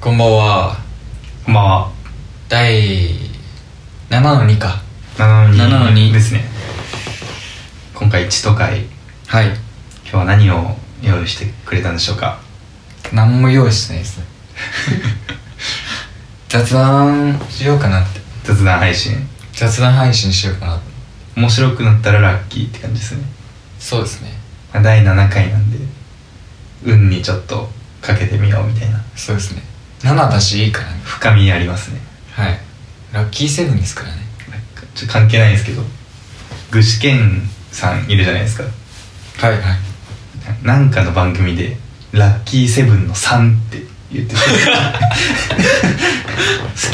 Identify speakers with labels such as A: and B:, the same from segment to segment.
A: こんばんは
B: こんばんは。
A: 第7の2か
B: 7の
A: 7-2
B: 2ですね。今回、千と会、
A: はい
B: 今日は何を用意してくれたんでしょうか。
A: 何も用意してない ですね雑談しようかなって
B: 雑談配信。
A: 雑談配信しようかなって
B: 面白くなったらラッキーって感じですね。
A: そうですね
B: まあ第7回なんで、運にちょっとかけてみようみたいな。
A: そうですね7だしいいからね
B: 深みありますね。
A: はいラッキーセブンですからね
B: なんかちょっと関係ないんですけど、具志堅さんいるじゃないですか。
A: はいはい
B: なんかの番組で、ラッキーセブンの3って言ってて、好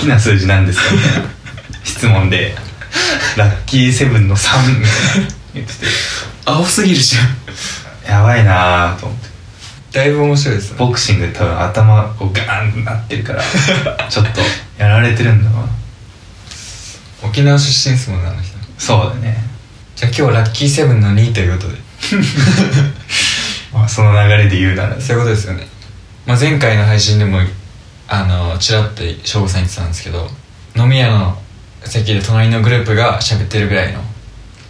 B: きな数字なんですかみたいな質問で、ラッキーセブンの3みたいな言ってて、
A: 青すぎるじゃん
B: やばいなぁと思って。
A: だいぶ面白いですね
B: ボクシングで多分頭こうガーンってなってるから、ちょっとやられてるんだわ。
A: 沖縄出身ですもんねあの人
B: そうだね。
A: じゃあ今日はラッキーセブンの2ということで
B: まあ、その流れで言うなら、
A: そういうことですよね、まあ、前回の配信でもあのちらって省吾さん言ってたんですけど飲み屋の席で隣のグループが喋ってるぐらいの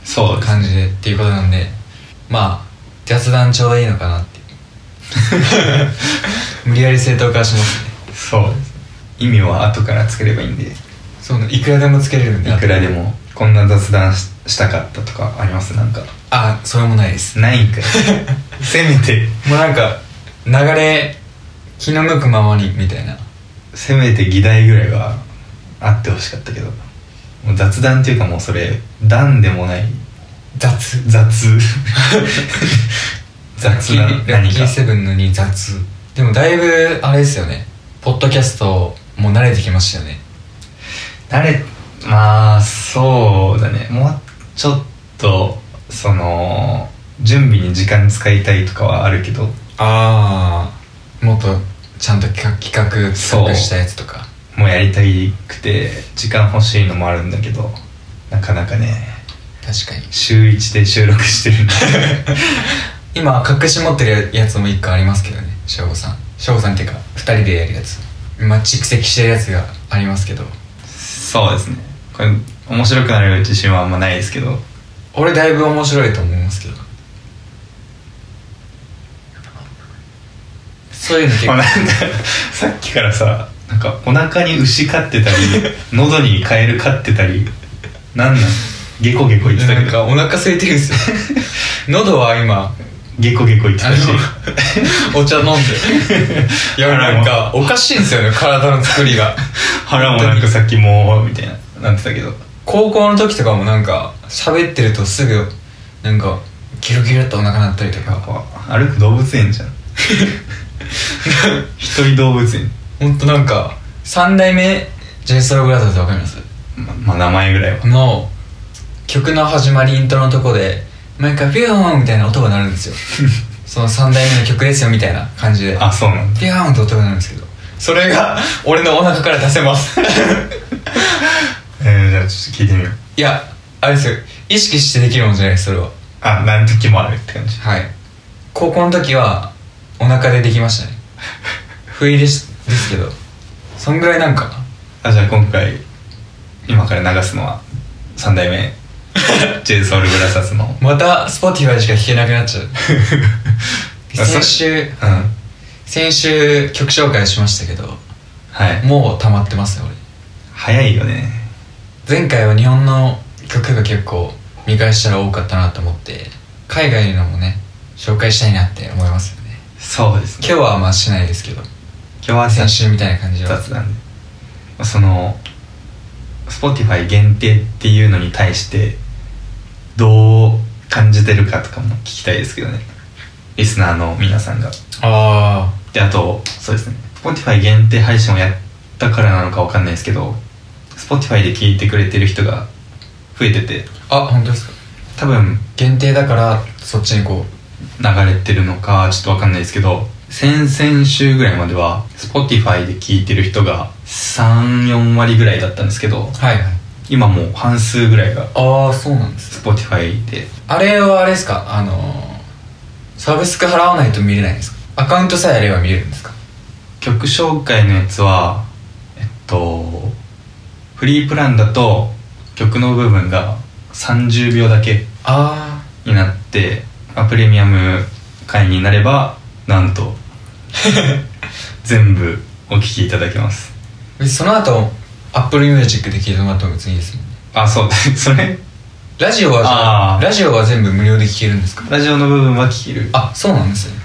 B: そうです
A: 感じでっていうことなんでまあ雑談ちょうどいいのかなっていう 無理やり正当化しますね
B: そうです意味は後からつければいいんでい
A: そうねいくらでもつけれるんで
B: くらでもこんな雑談ししたかったとかありますなんか
A: あそれもないです
B: ないんかいせめて
A: もうなんか流れ気の向くままにみたいな
B: せめて議題ぐらいはあってほしかったけどもう雑談っていうかもうそれ談でもない
A: 雑
B: 雑雑な
A: ラッキーラ
B: 何
A: ッキ
B: か
A: ーセブンの2雑でもだいぶあれですよねポッドキャストもう慣れてきましたよね
B: 誰まあそうだねもうちょっとその準備に時間使いたいとかはあるけど
A: ああもっとちゃんと企画企画
B: そう
A: 企画したやつとか
B: もうやりたいくて時間欲しいのもあるんだけどなかなかね
A: 確かに
B: 週1で収録してるんで
A: 今隠し持ってるやつも1個ありますけどね省吾さん省吾さんっていうか2人でやるやつ今蓄積してるやつがありますけど
B: そうですねこれ面白くなる自信はあんまないですけど
A: 俺だいぶ面白いと思いますけどそういうの結
B: まあ
A: 構
B: なんか さっきからさなんかお腹に牛飼ってた り喉にカエル飼ってたりなんなんゲコゲコ言ってた
A: な
B: け
A: ん
B: ど
A: かお腹空いてるんですよ 喉は今
B: ゲコゲコ言って
A: あ
B: たし
A: のお茶飲んでいやなんかおかしいんですよね体の作りが
B: 腹もなんかさっきもうみたいななってたけど
A: 高校の時とかもなんか喋ってるとすぐなんかギロギロっとお腹鳴ったりと
B: やっ
A: か
B: ぱ歩く動物園じ ゃん一人動物園
A: ほんとなんか三代目 j ストロブラザーズわかります
B: ままあ名前ぐらいは
A: の曲の始まりイントロのとこで毎回ピューンみたいな音が鳴るん ですよその三代目の曲ですよみたいな感じで
B: あそうなんだ
A: ピャーンと音が鳴るんですけどそれが俺のお腹から出せます
B: えー、じゃあちょっと聞いてみよう
A: いやあれですよ意識してできるもんじゃないですそれは
B: あ何時もあるって感じ
A: はい高校の時はお腹でできましたね不意ですですけどそんぐらいなんか
B: あじゃあ今回今から流すのは三 代目 j s o u l b r o t h e r s の
A: また Spotify しか聴けなくなっちゃう
B: あそ
A: 先週
B: うん
A: 先週曲紹介しましたけど
B: はい
A: もう溜まってますね俺
B: 早いよね
A: 前回は日本の曲が結構見返したら多かったなと思って海外のもね紹介したいなって思いますよね
B: そうですね
A: 今日はまあしないですけど
B: 今日は
A: 先
B: 先週
A: 週みたいな感じは
B: 雑談でその Spotify 限定っていうのに対してどう感じてるかとかも聞きたいですけどねリスナーの皆さんが
A: あ
B: であとそうですね Spotify 限定配信をやったからなのかわかんないですけど Spotify で聞いてくれてる人が増えてて
A: ああ本当ですか
B: 多分
A: 限定だからそっちにこう
B: 流れてるのかちょっとわかんないですけど先々週ぐらいまでは Spotify で聞いてる人が34割ぐらいだったんですけど
A: はいはい
B: 今もう半数ぐらいが
A: ああそうなんですね
B: Spotify で
A: あれはあれですかあのー、サブスク払わないと見れないんですかアカウントさえあれば見れるんですか
B: 曲紹介のやつはえっとフリープランだと曲の部分が30秒だけ
A: あ
B: になって、まあ、プレミアム会員になればなんと全部お聴きいただけます
A: あその後アップルミュージックで聴いてもらっても別にいいですもんね
B: あそう それ
A: ラジオはじゃあ
B: あー
A: ラジオは全部無料で聴けるんですか
B: ラジオの部分は聴ける
A: あそうなんですね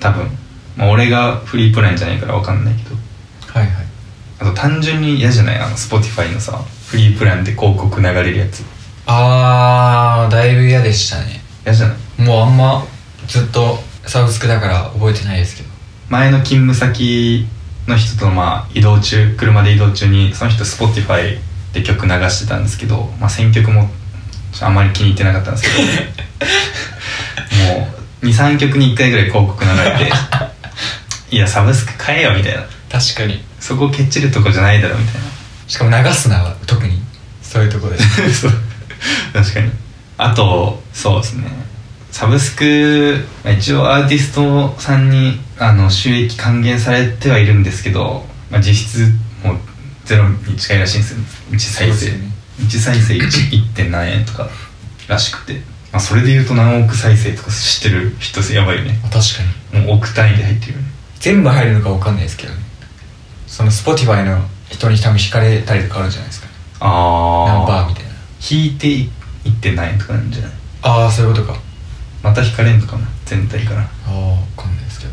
B: 多分、まあ、俺がフリープランじゃないから分かんないけど
A: はいはい
B: あと単純に嫌じゃないあの Spotify のさフリープランで広告流れるやつ
A: あーだいぶ嫌でしたね
B: 嫌じゃない
A: もうあんまずっとサブスクだから覚えてないですけど
B: 前の勤務先の人とまあ移動中車で移動中にその人 Spotify で曲流してたんですけど、まあ、選曲もちょっとあまり気に入ってなかったんですけどもう23曲に1回ぐらい広告流れていやサブスク買えよみたいな
A: 確かに
B: そこケチるとこじゃないだろみたいな
A: しかも流すなは特にそういうと こで
B: そう確かにあとそうですねサブスクまあ一応アーティストさんにあの収益還元されてはいるんですけど、まあ、実質もうゼロに近いらしいんですよ1再
A: そう
B: 生、
A: ですよね
B: 1再生 1. 点何円とからしくて、まあ、それで言うと何億再生とか知ってる人やばいよね
A: 確かに
B: もう億単位で入ってるよね
A: 全部入るのか分かんないですけどねその Spotify の人に多分引かれたりとかあるんじゃないですかナン
B: あ
A: バー
B: あ
A: みたいな
B: 引いて1点何円とかなんじゃない
A: ああそういうことか
B: また引かれんのかな全体から
A: ああ分かんないですけど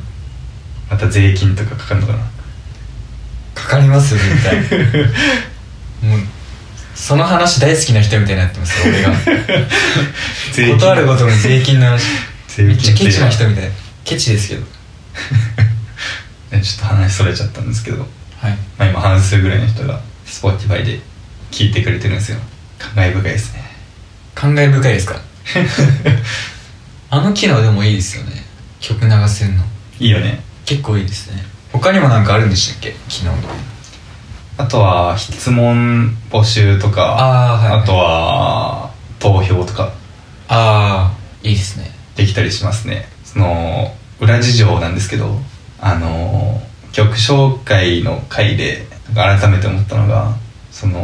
B: また税金とかかかるのかな
A: かかります絶対 もうその話大好きな人みたいになってますよ俺がことある ごとに税金の話
B: 税金
A: めっちゃケチな人みたいケチですけど
B: ねちょっと話それちゃったんですけど、
A: はい
B: まあ、今半数ぐらいの人が Spotify で聞いてくれてるんですよ感慨深いですね
A: 感慨深いですかあの機能でもいいですよね曲流せるの
B: いいよね
A: 結構いいですね他にもなんかあるんでしたっけ機能みたいな
B: あとは質問募集とか
A: あーはい
B: とは投票とか
A: ああいいですね
B: できたりしますねその裏事情なんですけどあの曲紹介の回でなんか改めて思ったのがその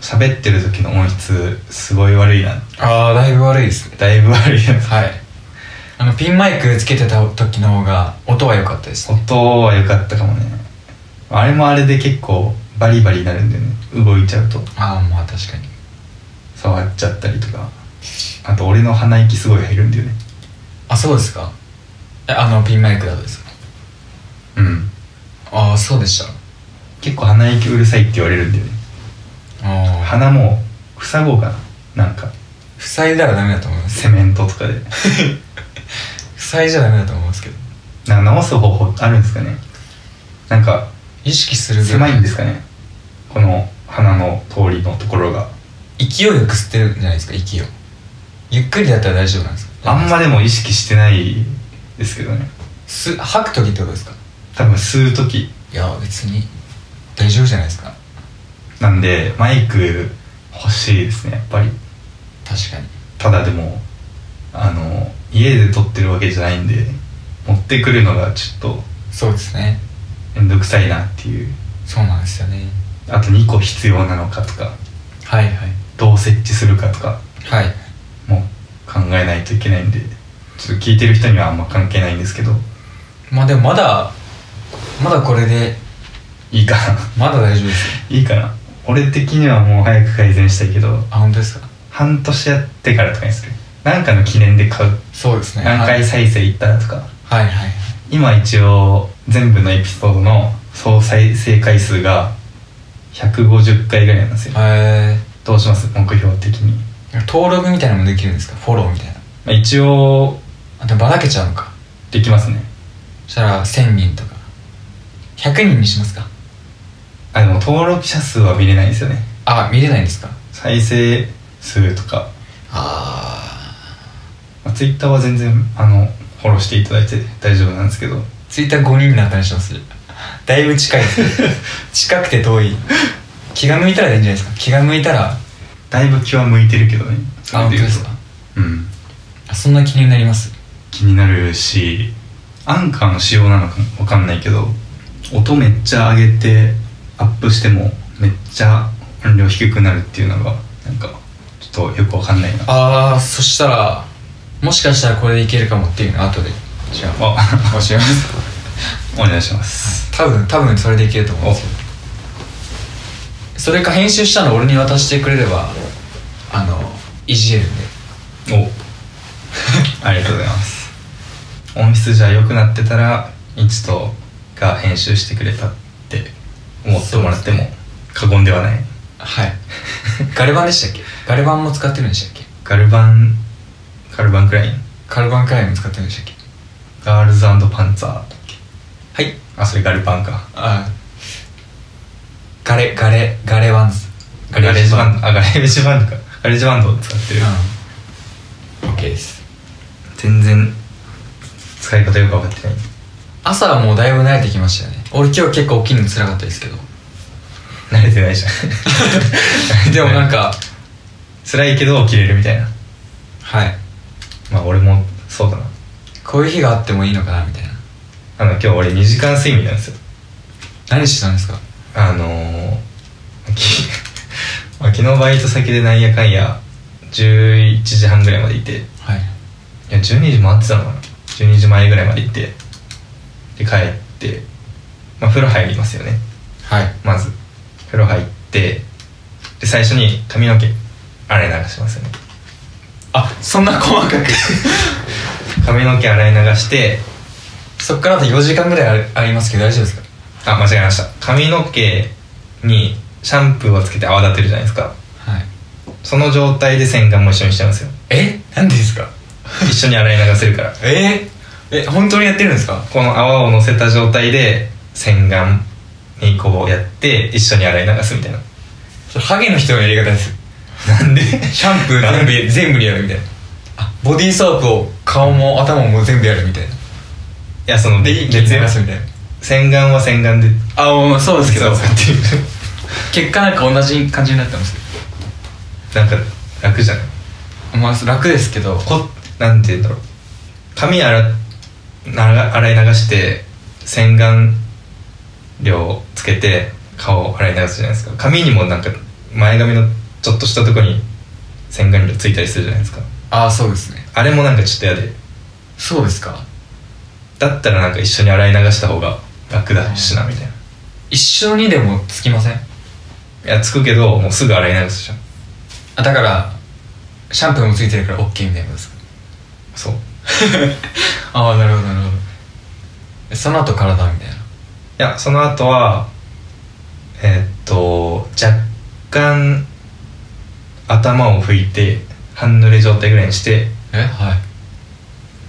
B: 喋ってる時の音質すごい悪いな
A: ああだいぶ悪いですね
B: だいぶ悪いな
A: はいあのピンマイクつけてた時の方が音は良かったですね
B: 音は良かったかもねあれもあれで結構バリバリになるんだよね動いちゃうと
A: ああまあ確かに
B: 触っちゃったりとかあと俺の鼻息すごい入るんだよね
A: あそうですかえあのピンマイクだとですか
B: うん
A: ああそうでした
B: 結構鼻息うるさいって言われるんだよね
A: ああ
B: 鼻もう塞ごうかななんか
A: 塞いだらダメだと思います
B: セメントとかで
A: 塞いじゃダメだと思いますけど
B: な直す方法あるんですかねなんか
A: 意識するぐら
B: 狭いんですかねこの鼻の通りのところが
A: 勢いよく吸ってるんじゃないですか息をゆっくりだったら大丈夫なんですか
B: あんまでも意識してないですけどね
A: す吐く時ってことですか
B: 多分吸う時
A: いや別に大丈夫じゃないですか
B: なんでマイク欲しいですねやっぱり
A: 確かに
B: ただでもあの家で撮ってるわけじゃないんで持ってくるのがちょっと
A: そうですね
B: 面倒くさいなっていう
A: そうなんですよね
B: あと2個必要なのかとか
A: はいはい
B: どう設置するかとか
A: はい
B: も考えないといけないんでちょっと聞いてる人にはあんま関係ないんですけど
A: まあでもまだまだこれで
B: いいかな
A: まだ大丈夫ですよ
B: いいかな俺的にはもう早く改善したいけど
A: あ本当ですか
B: 半年やってからとかにするなんかの記念で買う
A: そうですね
B: 何回再生いったらとか
A: はいはいはい
B: 今一応全部のエピソードの総再生回数が150回ぐらいなんですよ
A: え
B: どうします目標的に、
A: ー、登録みたいなのもできるんですかフォローみたいな
B: まあ、一応
A: あでもばらけちゃうのか
B: できますね
A: そしたら1000人とか100人にしますか
B: あでも登録者数は見れないんですよね
A: あ見れないんですか
B: 再生数とか、
A: あ
B: まあ、Twitter は全然あのフォローしていただいて大丈夫なんですけど
A: ツイッター5人になったりしますだいぶ近いです 近くて遠い気が向いたらでいいんじゃないですか気が向いたらあ
B: だいぶ気は向いてるけどねそれ
A: 本当
B: 言う
A: で
B: と
A: すか
B: うん
A: あそんな気になります
B: 気になるしアンカーの仕様なのかもわかんないけど音めっちゃ上げてアップしてもめっちゃ音量低くなるっていうのがなんかちょっとよくわかんないなあ
A: ああそしたらもしかしたらこれでいけるかもっていうの後でじゃあ教えます
B: お願いします、
A: 多分多分それでいけると思うんですよそれか編集したの俺に渡してくれればあのいじれるんで
B: お ありがとうございます音質じゃ良くなってたらイチとが編集してくれたって思ってもらっても過言ではない
A: はいガルバンでしたっけガルバンも使ってるんでしたっけ
B: ガルバンガルバンクライン
A: ガルバンくらいも使ってるんでしたっけ
B: ガールズパンツァーだっけ
A: はい
B: あそれガルパンか
A: あガレガレガレバンズ
B: ガレージバンドあガレージバンドかガレージバンドを使ってる、
A: うん OK です
B: 全然使い方よく分かってない
A: 朝はもうだいぶ慣れてきましたよね俺今日結構起きるの辛かったですけ ど
B: 慣れてないじ ゃん
A: でもなんか
B: 辛いけど起きれるみたいな
A: はい
B: まあ俺もそうだな
A: こういう日があってもいいのかなみたいな
B: あの今日俺2時間睡眠なんですよ
A: 何してたんですか
B: あのー、き まあ昨日バイト先でなんやかんや11時半ぐらいまでいてい
A: はい
B: や12時回ってたのかな12時前ぐらいまで行ってで帰ってまあ風呂入りますよね
A: はい
B: まず風呂入ってで最初に髪の毛洗い流しますよね
A: あそんな細か く
B: 髪の毛洗い流して
A: そっからあと4時間ぐらいあるありますけど大丈夫ですか
B: あ間違えました髪の毛にシャンプーをつけて泡立てるじゃないですか
A: はい
B: その状態で洗顔も一緒にしちゃうんですよ
A: えなんでですか
B: 一緒に洗い流せるから
A: えー、え本当にやってるんですか
B: この泡を乗せた状態で洗顔にこうやって一緒に洗い流すみたいな
A: それハゲの人のやり方です
B: なんで
A: シャンプー全部全部にやるみたいなあボディーソープを顔も頭も全部やるみたいない
B: やその
A: でいい気
B: 別
A: 流
B: に
A: すみたいな
B: 洗顔は洗顔で
A: あもうそうですけど
B: そうっていう
A: 結果なんか同じ感じになったんですけ
B: なんか楽じゃない
A: どまあ楽ですけど
B: こなんて言うんだろう髪洗なが洗い流して洗顔料つけて顔を洗い流すじゃないですか髪にもなんか前髪のちょっとしたとこに洗顔料ついたりするじゃないですか
A: ああそうですね
B: あれもなんかちょっと嫌で
A: そうですか
B: だったらなんか一緒に洗い流した方が楽だしなみたいな
A: 一緒にでもつきません
B: いやつくけどもうすぐ洗い流すじゃん
A: あだからシャンプーもついてるから OK みたいなことですか
B: そうい
A: ああなるほどなるほどえその後体みたいな
B: やその後はえーっと若干頭を拭いて半濡れ状態ぐらいにして
A: えは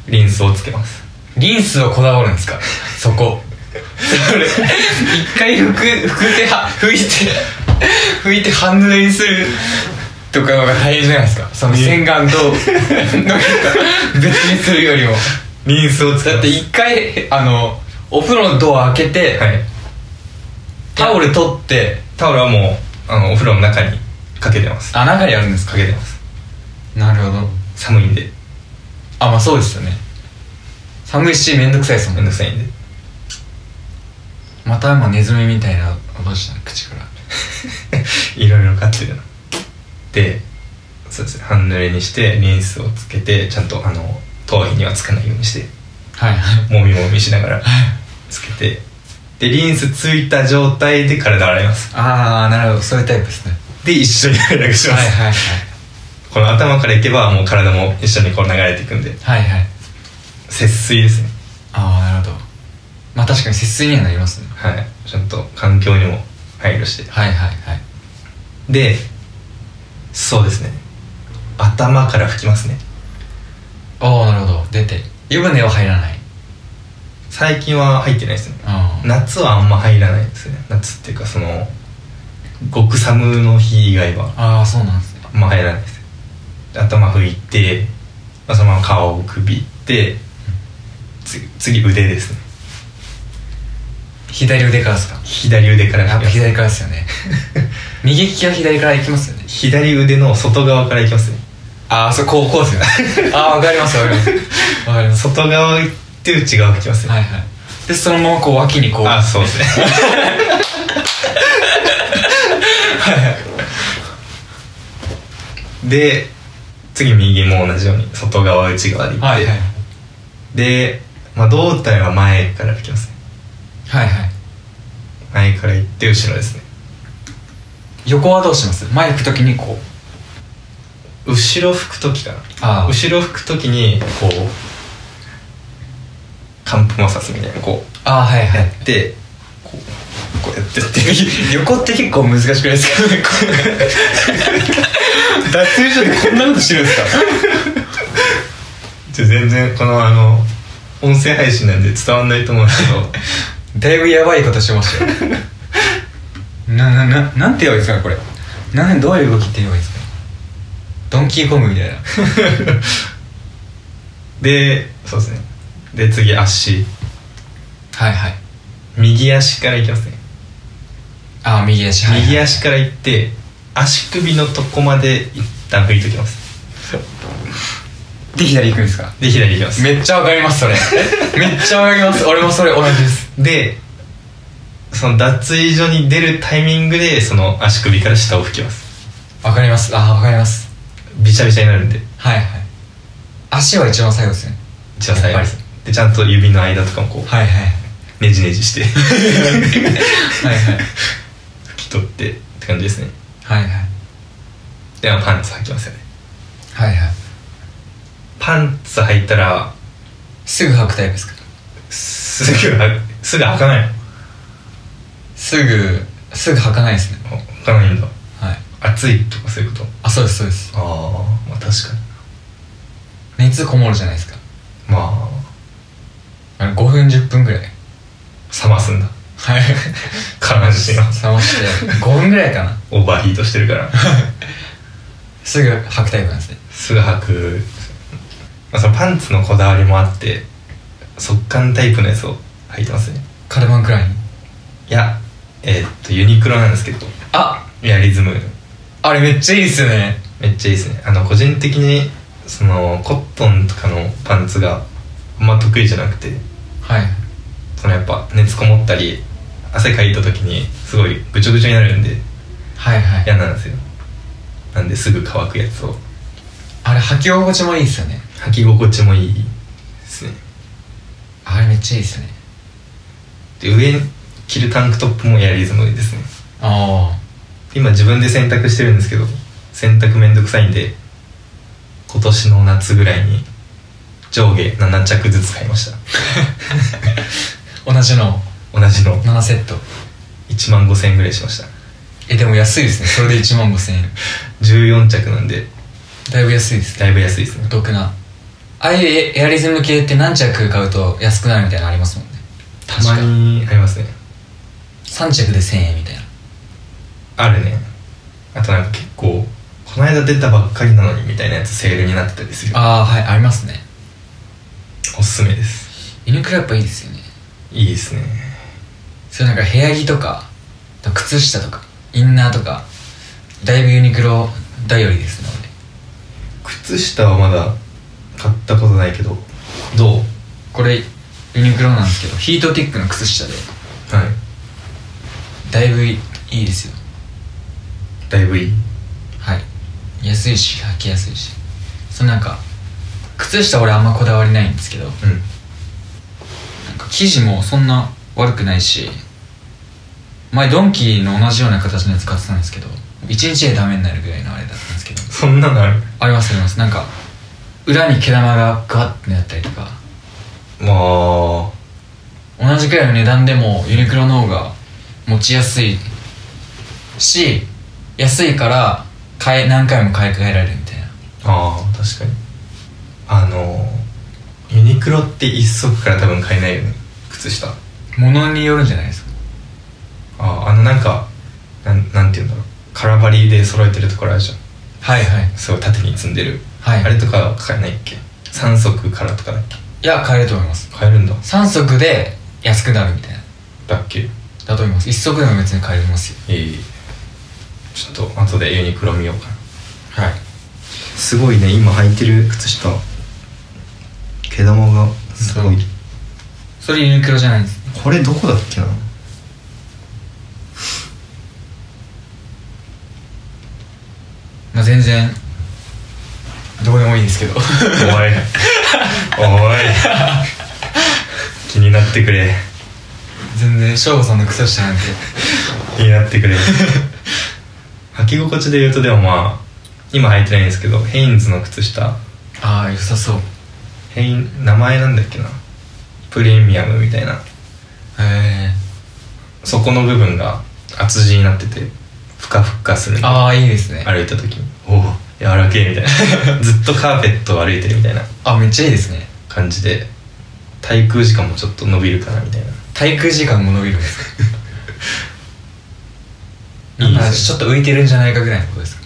A: い
B: リンスをつけます
A: リンスをこだわるんですかそこそれ一回拭く拭く手は拭いて拭いて半濡れにするとかの方が大変じゃないですかその洗顔となんか別にするよりも
B: リンスをつけ
A: だ
B: ま
A: っ
B: す
A: て一回あのお風呂のドア開けて、
B: はい
A: タオル取って
B: タオルはもうあのお風呂の中にかけてますか
A: あ中にあるんですか
B: けてます
A: なるほど
B: 寒いんで
A: あまあそうですよね寒いし面倒くさいですも
B: め
A: ん
B: んど
A: ね
B: くさいんで
A: また今ネズミみたいな音したな口から
B: いろいろ買ってるなでそうですね半濡れにしてリンスをつけてちゃんとあの頭皮にはつかないようにして
A: はいはい
B: もみもみしながらつけてでリンスついた状態で体洗います
A: ああなるほどそういうタイプですね
B: で一緒に洗い流します、
A: はい
B: この頭からいけばもう体も一緒にこう流れていくんで
A: はいはいはい
B: 節水ですね
A: ああなるほどまあ確かに節水にはなりますね
B: はいちゃんと環境にも配慮して
A: はいはいはい
B: でそうですね頭から拭きますね
A: ああなるほど出て湯船は入らない
B: 最近は入ってないですね
A: あー
B: 夏はあんま入らないですね夏っていうかその極寒の日以外は
A: あーそうなんですね
B: あんま入らないですで頭拭いて、まあ、そのまま顔首いってつ次腕ですね
A: 左腕からですか
B: 左腕から
A: やっ
B: 拭き
A: ぱ
B: ます
A: 左からですよ ね右利きは左から行きますよね
B: 左腕の外側からいきますね
A: ああそうこうこうです よねああわかりますわかりますわかります
B: 外側行って内側拭きますね、
A: はいはいでそのままこう脇にこう
B: あそう ですねで次右も同じように外側内側で行って、
A: はいはい
B: で、まあ、胴体は前から吹きますね
A: はいはい
B: 前から行って後ろですね
A: 横はどうします前行く時にこう
B: 後ろ吹く時かな
A: あ
B: 後ろ吹く時にこう寒風摩擦みたいなこう
A: ああはいはい
B: やってこうこうやってやって
A: 横って結構難しくないですか 脱衣所でこんなことしてるんですか
B: ちょ全然このあの音声配信なんで伝わんないと思うんですけど
A: だいぶやばいことしてましたよ ななななんて言えばいいですかねこれなんどういう動きって言えばいいですかドンキーコムみたいな
B: でそうですねで次足
A: はいはい
B: 右足からいきますね
A: ああ右足はい
B: 右足からいって足首のとこまで一旦拭いときます
A: で左行くんですか
B: で左いきます
A: めっちゃわかりますそれ めっちゃわかります俺もそれ同じです
B: でその脱衣所に出るタイミングでその足首から下を拭きます
A: わかりますああわかります
B: びちゃびちゃになるんで
A: はいはい足は一番最後ですね
B: 一応最後
A: やっ
B: で
A: ぱ
B: すでちゃんと指の間とかもこう
A: はいはい
B: ねじねじして
A: はいはい
B: 拭き取ってって感じですね
A: はいはい
B: でまあパンツ履きますよね
A: はいはい
B: パンツ履いたら
A: すぐ履くタイプですか
B: すぐ履くすぐ履かない
A: すぐすぐ履かないですね
B: の履かないんだ
A: はい
B: 暑いとかそういうこと
A: あそうですそうです
B: ああまあ確かに
A: 熱こもるじゃないですか
B: まあ
A: あれ5分10分ぐらい
B: 冷ますんだ
A: はい
B: 悲しいな
A: 冷まして5分ぐらいかな
B: オーバーヒートしてるから
A: すぐ履くタイプなんですね
B: すぐ履く、まあ、そのパンツのこだわりもあって速乾タイプのやつを履いてますね
A: カルバンクライン
B: いやえーっとユニクロなんですけど
A: あ
B: いやリズム
A: あれめっちゃいいっすよね
B: めっちゃいいですねあの個人的にそのコットンとかのパンツがあんま得意じゃなくて
A: はい
B: そのやっぱ熱こもったり汗かいた時にすごいぐちょぐちょになるんで
A: はいはい
B: 嫌なんですよなんですぐ乾くやつを
A: あれ履き心地もいいっすよね
B: 履き心地もいいですね
A: あれめっちゃいいっすね
B: で上に着るタンクトップもエアリズムですね
A: あ
B: 今自分で洗濯してるんですけど洗濯めんどくさいんで今年の夏ぐらいに上下7着ずつ買いました
A: あ同じの
B: 同じの
A: 7セット
B: 1万5000円ぐらいしました
A: えでも安いですねそれで1万5000円
B: 14着なんで
A: だいぶ安いですね
B: だいぶ安いです
A: お
B: ね
A: 得なああいうエエアリズム系って何着買うと安くなるみたいなのありますもんね
B: たまにありますね
A: 3着で1000円みたいな
B: あるねあとなんか結構この間出たばっかりなのにみたいなやつセールになってたりする
A: ああはいありますね
B: おすすめです
A: ユニクロやっぱいいですよね
B: いいですね
A: それなんか部屋着とかあと靴下とかインナーとかだいぶユニクロ頼りですね俺
B: 靴下はまだ買ったことないけどどう
A: これユニクロなんですけどヒートテックの靴下で
B: はい
A: だいぶいいですよ
B: だいぶいい
A: はい安いし履きやすいしそのなんか靴下俺あんまこだわりないんですけどなん
B: うん
A: か生地もそんな悪くないし前ドンキーの同じような形のやつ買ってたんですけど1日でダメになるぐらいのあれだったんですけど
B: そんなのある
A: ありますありますなんか裏に毛玉がガッてなったりとか
B: まあ
A: 同じくらいの値段でもユニクロの方が持ちやすいし安いから買え何回も買い替えられるみたいな
B: ああ確かにあのユニクロって一足から多分買えないよね靴下あ
A: ものによるんじゃないですか
B: ああのなんかなんなんて言うんだろう空張りで揃えてるところあるじゃん
A: はいはい
B: すごい縦に積んでる、
A: はい
B: あれとかは買えないっけ3足からとかだっけ
A: いや買えると思います
B: 買えるんだ
A: 3足で安くなるみたいな
B: だっけ
A: だと思います1足でも別に買えますよ
B: ええちょっと後でユニクロ見ようかな
A: はい
B: すごいね今履いてる靴下毛玉がすごい
A: それユニクロじゃないんですね
B: これどこだっけな
A: まあ全然どうでもいいんですけど
B: おいおい気になってくれ
A: 全然省吾さんの靴下なんて
B: 気になってくれ履き心地で言うとでもまあ今履いてないんですけどヘインズの靴下
A: ああ良さそう
B: ヘイン名前なんだっけなプレミアムみたいな
A: へえ
B: そこの部分が厚地になっててふかふかする
A: ああいいですね
B: 歩いた時におお柔らけえみたいな ずっとカーペットを歩いてるみたいな
A: あめっちゃいいですね
B: 感じで滞空時間もちょっと伸びるかなみたいな
A: 滞空時間も伸びるんですか
B: いいですね
A: なんかちょっと浮いてるんじゃないかぐらいのことですか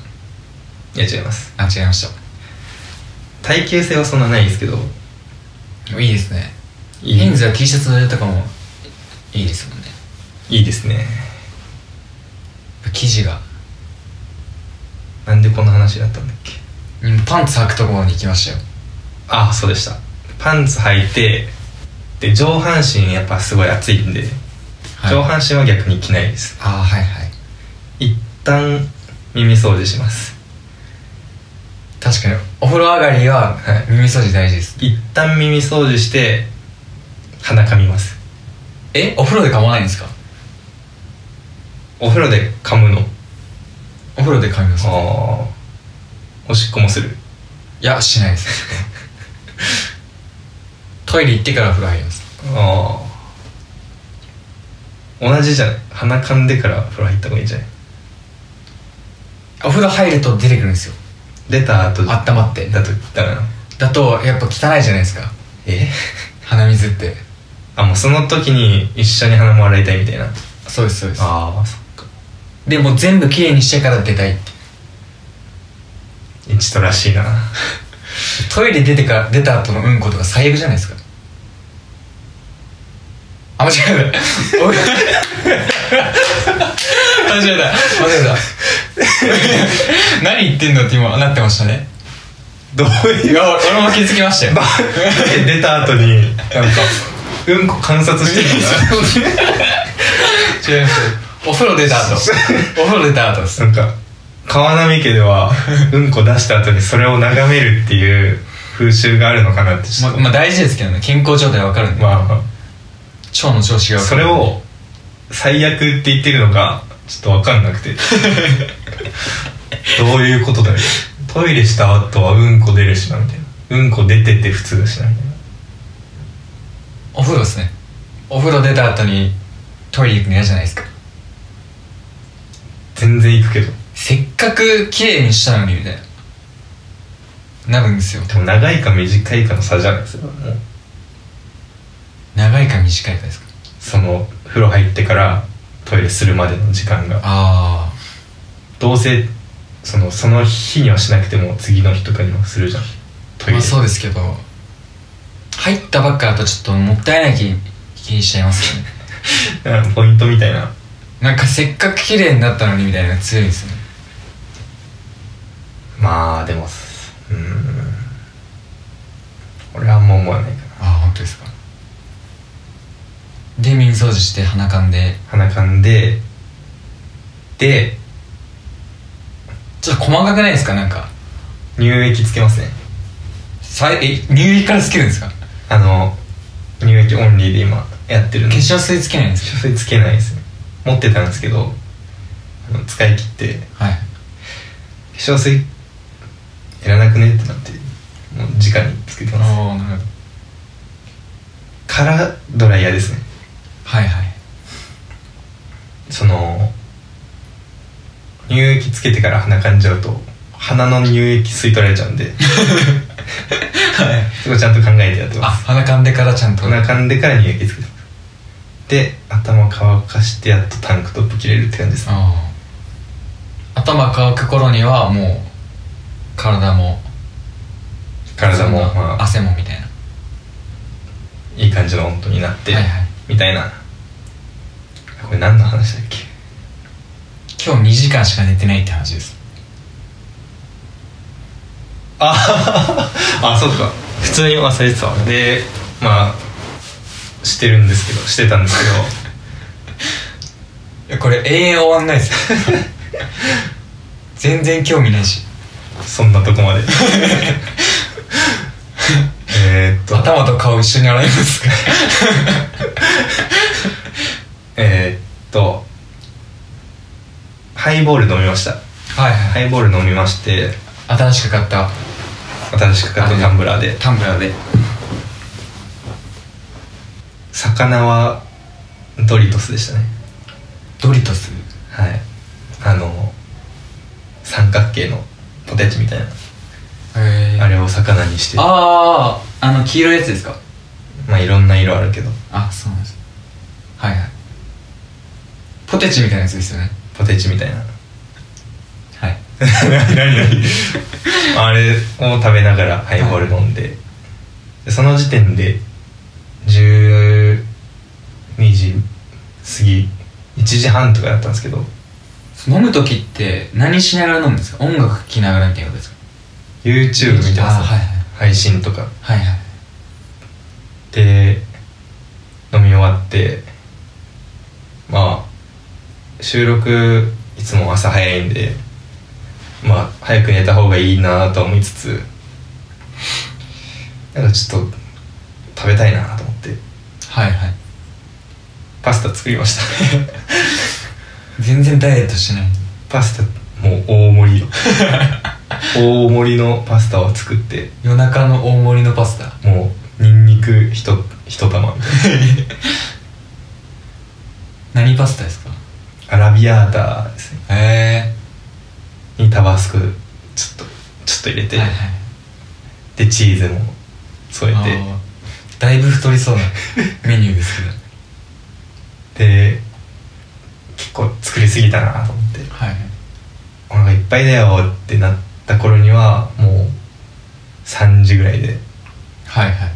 B: いや違います
A: あ違いまし
B: 耐久性はそんなないんですけど
A: たいいですね
B: いい
A: ヘンズは T シャツとかもいいですもんね
B: いいですね
A: 生地が
B: なんでこんな話になったんだっけ
A: うんパンツ履くところに行きましたよ
B: あそうでしたパンツ履いてで上半身やっぱすごい暑いんで、
A: はい
B: 上半身は逆に着ないです
A: ああはいはい
B: 一旦耳掃除します
A: 確かにお風呂上がりは
B: はい
A: 耳掃除大事です
B: 一旦耳掃除して鼻かみます
A: えお風呂で噛まないんですか
B: お風呂で噛むの
A: お風呂で噛みます
B: あーおしっこもする
A: いやし ないですトイレ行ってからお風呂入ります
B: ああ同じじゃない鼻かんでから風呂入った方がいいんじゃない
A: お風呂入ると出てくるんですよ
B: 出た後だ
A: 温まって
B: とダメなの
A: だとやっぱ汚いじゃないですか
B: え
A: 鼻水って
B: あもうその時に一緒に鼻も洗いたいみたいな
A: そうですそうで
B: ああそっか
A: でもう全部きれいにしてから出たいって
B: エチトらしいな
A: トイレ出てから出た後のうんことか最悪じゃないですかあ間違えたおい間違えた間違えた何言ってんのって今なってましたね
B: どう
A: い
B: いう
A: や俺も気づきましたよ
B: 出た後になんかうんこ観察してるんだ
A: 違いますお風呂出た 後お風呂出た後です
B: なんか川波家で はうんこ出した後にそれを眺めるっていう風習があるのかなってちょっ
A: ま
B: と
A: まあ大事ですけどね健康状態わかるんで、
B: まあま
A: 腸の調子が
B: あ
A: 分か
B: そ
A: る
B: れを最悪って言ってるのかちょっと分かんな くてどういうことだよトイレした後はうんこ出るしなみたいなうんこ出てて普通だしなみたいな
A: お風呂ですねお風呂出た後にトイレ行くの嫌じゃないですか
B: 全然行くけど
A: せっかく綺麗にしたのにみたいななるんですよ
B: でも長いか短いかの差じゃないですかもう
A: 長いか短いかですか
B: その風呂入ってからトイレするまでの時間が
A: あ
B: どうせそのその日にはしなくても次の日とかにもするじゃんト
A: あ
B: イレ、
A: まあそうですけど入ったばっかだとちょっともったいない気気にしちゃいます よね
B: うんポイントみたいな
A: なんかせっかく綺麗になったのにみたいなのが強いですよね
B: まあでもうーん俺はあんま思わないかな
A: ああ本当ですかで耳掃除して鼻かんで
B: 鼻かんでで
A: ちょっと細かくないですかなんか
B: 乳液つけますね
A: さえ乳液からつけるんですか化
B: あの乳液オンリーで今やってるんで
A: 粧水つけないんです
B: 粧水つけないですね持ってたんですけどあの使い切って
A: かはい
B: 化粧水いらなくねってなってもう直につけてます
A: あなるほど
B: カラードライヤーですね
A: はいはい
B: その乳液つけてから鼻かんじゃうと鼻の乳液吸い取られちゃうんで そこちゃんと考えてやって
A: あ
B: ます
A: 鼻かんでからちゃんと
B: 鼻かんでから乳液つけてますで頭乾かしてやっとタンクトップ切れるって感じですね
A: ああ頭乾く頃にはもう体も
B: 体も、
A: そんな
B: まあ、
A: 汗もみたいない
B: い感じの温度になって、
A: はいはい
B: みたいなこれ何の話だっけ
A: 今日2時間しか寝てないって話です
B: ああそうか普通に忘れてたわでまあしてるんですけどしてたんですけど
A: いやこれ永遠終わんないですよ 全然興味ないし
B: そんなとこまでえーっと
A: 頭と顔一緒に洗いますか
B: えーっとハイボール飲みました
A: はいは
B: ハ
A: い、
B: イボール飲みまして
A: 新しく買った
B: 新しく買ったタンブラーで
A: タンブラーで
B: 魚はドリトスでしたね
A: ドリトス
B: はいあの三角形のポテチみたいな
A: へ
B: あれを魚にして
A: あああの黄色いやつですか
B: まあいろんな色あるけど
A: あそうなんですはいはいポテチみたいなやつですよね
B: ポテチみたいな
A: はい
B: 何何あれを食べながらハイボール飲んで、でその時点で12時過ぎ1時半とかだったんですけど
A: 飲む時って何しながら飲むんですか音楽聴きながらみたいなことですか
B: YouTube 見て
A: あ
B: ま
A: ーはいはい
B: す配信とか
A: はいはい
B: で飲み終わってまあ収録いつも朝早いんでまあ早く寝た方がいいなと思いつつなんかちょっと食べたいなと思って
A: はいはい
B: パスタ作りました
A: 全然ダイエットしてない
B: パスタもう大盛りよ大盛りのパスタを作って
A: 夜中の大盛りのパスタ
B: もうニンニクひとひと玉みたい
A: 何パスタですか
B: なアラビアータですね
A: へ
B: にタバスコちょっとちょっと入れ
A: え
B: て、でチーズも添
A: あ
B: え
A: ーだいぶ太りそうなメニューですけど
B: てで結構作りすぎたなと思って
A: はい
B: お腹いっぱいだよってなった頃にはもう3時ぐらいで
A: はいはい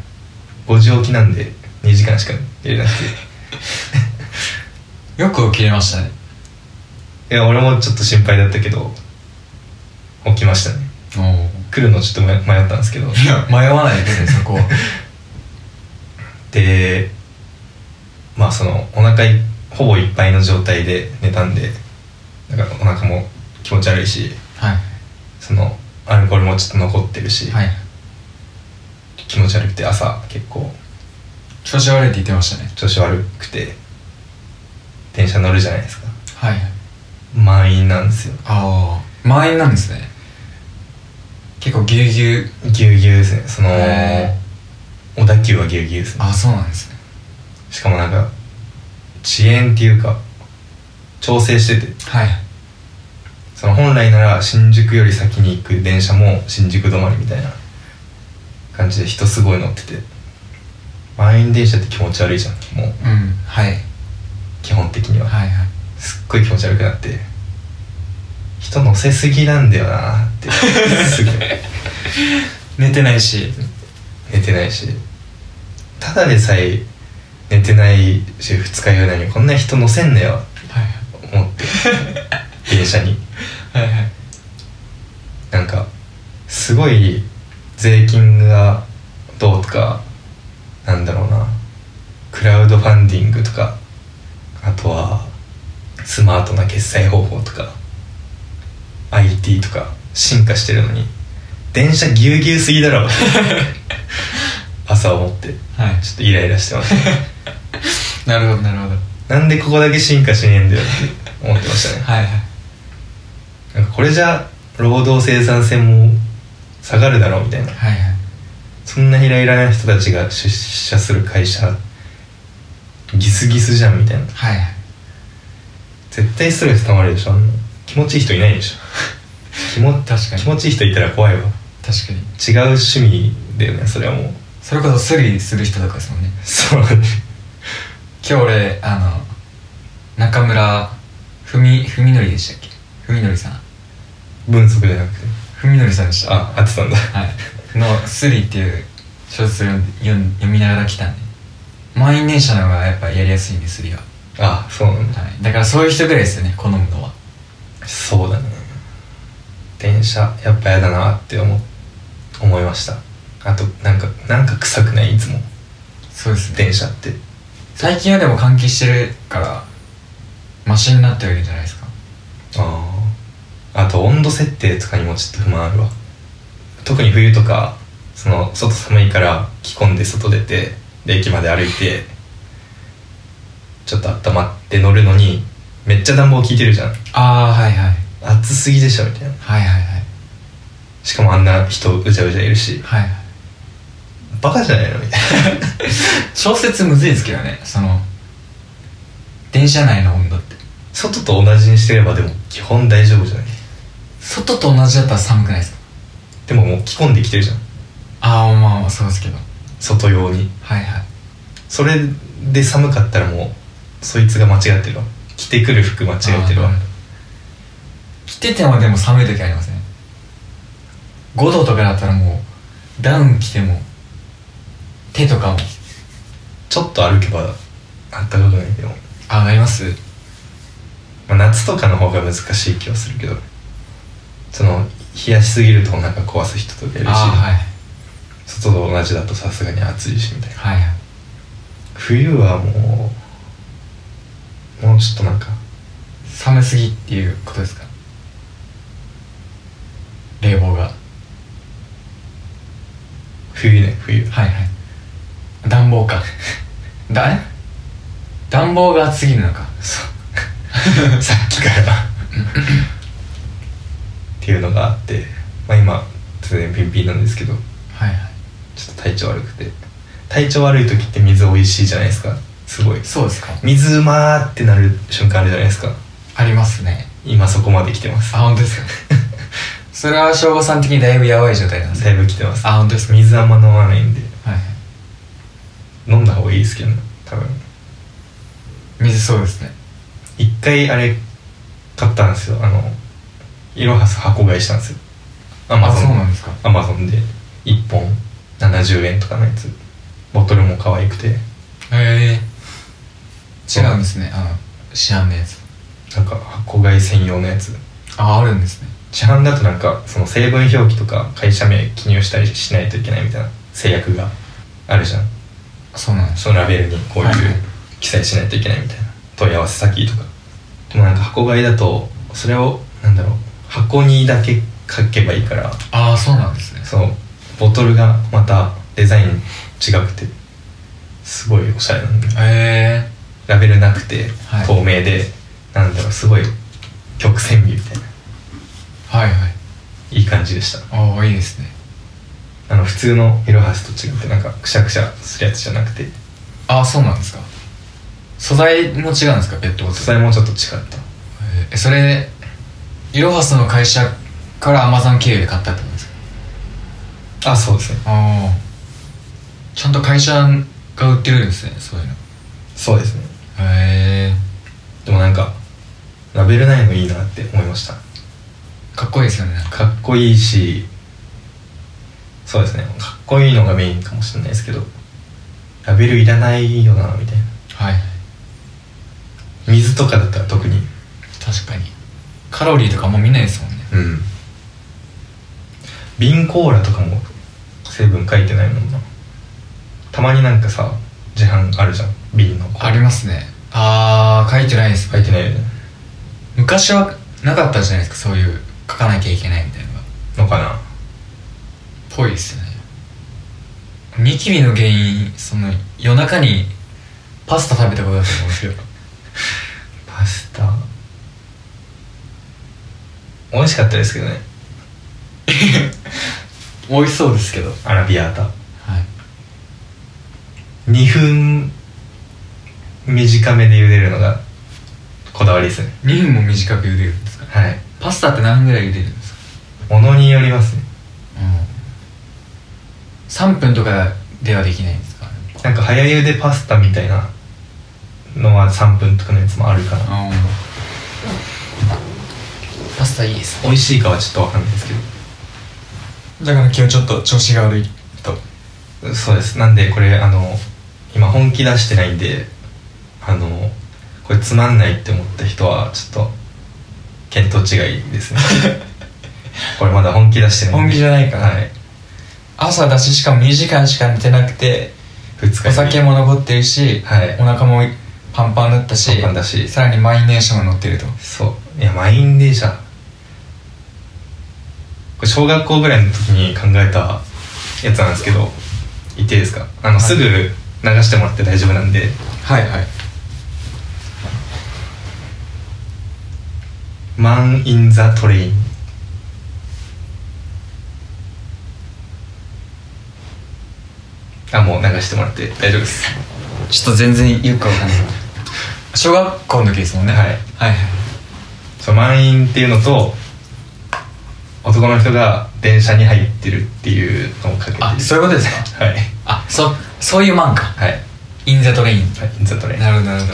B: 5時起きなんで2時間しか寝れなく
A: よく起きれましたね
B: ていや俺もちょっと心配だったけど起きましたね
A: おお
B: 来るのちょっと迷迷ったんですけど
A: いや迷わないですねそ こは
B: でまあそのお腹いほぼいっぱいの状態で寝たんでなんかお腹も気持ち悪いし
A: はい
B: そのアルコールもちょっと残ってるし、
A: はい
B: 気持ち悪くて朝結構
A: 調子悪いって言ってましたね
B: 調子悪くて電車乗るじゃないですか
A: はいはい
B: 満員なんですよ
A: ああ満員なんですね結構ぎゅうぎゅう
B: ぎゅうぎゅうですねその
A: へ
B: 小田急はぎゅうぎゅうですね
A: あそうなんですね
B: しかもなんか遅延っていうか調整してて
A: はい
B: その本来なら新宿より先に行く電車も新宿止まりみたいな感じで人すごい乗ってて満員電車って気持ち悪いじゃんもう
A: うんはい
B: 基本的には
A: はいはい
B: すっごい気持ち悪くなって人乗せすぎなんだよなってすぐ
A: 寝てないし
B: 寝てないしただでさえ寝てないし二日酔いなのにこんな人乗せんなよ
A: はい
B: と思って電車に
A: はいはい
B: なんかすごい税金がどうとかなんだろうなクラウドファンディングとかあとはスマートな決済方法とか IT とか進化してるのに電車ぎゅうぎゅうすぎだろ朝思ってちょ
A: はいはい
B: っとイライラしてまし
A: なるほどなるほど
B: たなんでここだけ進化しねえんだよって思ってましたね
A: はいはい
B: なんかこれじゃ労働生産性も下がるだろうみたいな
A: はいはい
B: そんなイライラな人たちが出社する会社ギスギスじゃんみたいな
A: はいはい
B: 絶対ストレス溜まるでしょあんな気持ちいい人いないでしょ気も
A: 確かに
B: 気持ちいい人いたら怖いわ違う
A: 確かに
B: 趣味だよねそれはもう
A: それこそスリする人とかですもんね
B: そう
A: 今日俺あの中村ふみふみのりでしたっけふみのりさん
B: 分速じゃなくて
A: ふみのりさんでした
B: あ合ってたんだ
A: はいの「スリ」っていう小説を読ん読ん読みながら来たんで満員電車の方がやっぱやりやすいんでスリは、
B: あそうなんだ
A: はい、だからそういう人ぐらいですよね好むのは
B: そうだね電車やっぱやだなって思思いましたあとなんかなんか臭くないいつも
A: そうですね
B: 電車って
A: 最近はでも換気してるからマシになってはいるんじゃないですか
B: あああと温度設定とかにもちょっと不満あるわ特に冬とかその外寒いから着込んで外出てで駅まで歩いてちょっと温まって乗るのにめっちゃ暖房効いてるじゃん
A: ああはいはい
B: 暑すぎでしょみたいな
A: はいはいはい
B: しかもあんな人うじゃうじゃいるし
A: はい
B: バカじゃないのみたい
A: 調節むずいですけどねその電車内の温度って
B: な外と同じにしてればでも基本大丈夫じゃない
A: 外と同じだったら寒くないですか
B: でももう着込んできてるじゃん
A: ああまあまあそうですけど
B: 外用に
A: はいはい
B: それで寒かったらもうそいつが間違ってるわ着てくる服間違えてるわ
A: あー着ててもでも寒い時ありますね5度とかだったらもうダウン着ても手とかも
B: ちょっと歩けばあったかくないでも、
A: あなります
B: まあ、夏とかの方が難しい気はするけどその冷やしすぎるとお腹壊す人とかいるし、
A: あ
B: 外と同じだとさすがに暑いしみたいな
A: ーはいはいはい
B: 冬はもうもうちょっとなんか
A: 寒すぎっていうことですか冷房が
B: 冬ね冬
A: はいはい暖房か だえ暖房が暑すぎるのか
B: そうさっきからっていうのがあってまあ今常にピンピンなんですけど
A: はいはい
B: ちょっと体調悪くて体調悪い時って水美味しいじゃないですかすごい
A: そうですか
B: 水うまーってなる瞬間あるじゃないですか
A: ありますね
B: 今そこまで来てます
A: あ本当ですか それは省吾さん的にだいぶやばい状態なんですね
B: だいぶ来てます
A: あ本当ですか
B: 水あんま飲まないんで
A: はいはい
B: 飲んだ方がいいですけどね多分
A: 水そうですね
B: 一回あれ買ったんですよあのいろはす箱買いしたんですよアマ
A: あ
B: ゾ
A: そうなん
B: ン
A: ですか
B: アマゾンで1本70円とかのやつボトルも可愛くて
A: へえ違うんですねあの市販のやつ
B: なんか箱買い専用のやつ
A: ああるんですね
B: 市販だとなんかその成分表記とか会社名記入したりしないといけないみたいな制約があるじゃん
A: そうなんです
B: そのラベルにこういう
A: はい
B: 記載しないといけないみたいな問い合わせ先とかでもなんか箱買いだとそれをなんだろう箱にだけ書けばいいから
A: ああそうなんですね
B: そのボトルがまたデザイン違くてすごいおしゃれなんだよ
A: へえ
B: ラベルなくて
A: はい
B: 透明で、なんだろうすごい曲線美みたいな
A: はいはい
B: いい感じでした
A: ああいいですね
B: あの普通の色はすと違ってなんかくしゃくしゃするやつじゃなくて
A: ああそうなんですか素材も違うんですかペットボト
B: 素
A: ル
B: 材もちょっと違った
A: えそれいろはすの会社からアマゾン経由で買ったってことですか
B: あそうですね
A: ああちゃんと会社が売ってるんですねそういうのへ
B: そうですね
A: え
B: でもなんかラベルないのいいなって思いました
A: かっこいいですよねなんか
B: かっこいいしそうですねかっこいいのがメインかもしれないですけどラベルいらないよなみたいな
A: はい
B: 水とかだったら特に
A: 確かにカロリーとかも見ないですもんね
B: うん瓶コーラとかも成分書いてないもんなたまになんかさ自販あるじゃん瓶のコーラ
A: ありますねああ書いてないです
B: 書いてないよね
A: 昔はなかったじゃないですかそういう書かなきゃいけないみたいなのが
B: のかな
A: ぽいですねニキビの原因その夜中にパスタ食べたことだと思うんですけど
B: パスタ美味しかったですけどね
A: 美味しそうですけどはい
B: アラビアータ2分短めで茹でるのがこだわりですね
A: 2分も短く茹でるんですか
B: はい
A: パスタって何分ぐらい茹でるんですか
B: ものによりますね
A: 3分とかではできないんですか
B: なんか早茹でパスタみたいなのは3分とかのやつもあるから
A: あパスタいいです
B: 美味しいかはちょっとわかんないですけ
A: だから今日ちょっと調子が悪いと
B: どそうですなんでこれあの今本気出してないんであのこれつまんないって思った人はちょっと見当違い ですねこれまだ本気出してないんで
A: 本気じゃないから
B: はい
A: 朝だししかも2時間しか寝てなくて
B: 二日酔い
A: お酒も残ってるし、
B: はい
A: お腹もパンパンだったし
B: パンパンだし
A: さらに満員電車も乗ってると
B: そういや満員電車これ小学校ぐらいの時に考えたやつなんですけど言っていいですかあの、
A: はい
B: すぐ流してもらって大丈夫なんで
A: はいはい
B: 「マン・イン・ザ・トレイン」あもう流してもらって大丈夫です
A: ちょっと全然よくわかんない小学校の時ですもんね
B: はい
A: はいはい
B: そう満員っていうのと男の人が電車に入ってるっていうのをかけてる
A: あそういうことですか
B: はい
A: あそそういうマンか
B: はい
A: インザトレイン
B: はいイン・ザ・トレイン
A: なるほどなるほど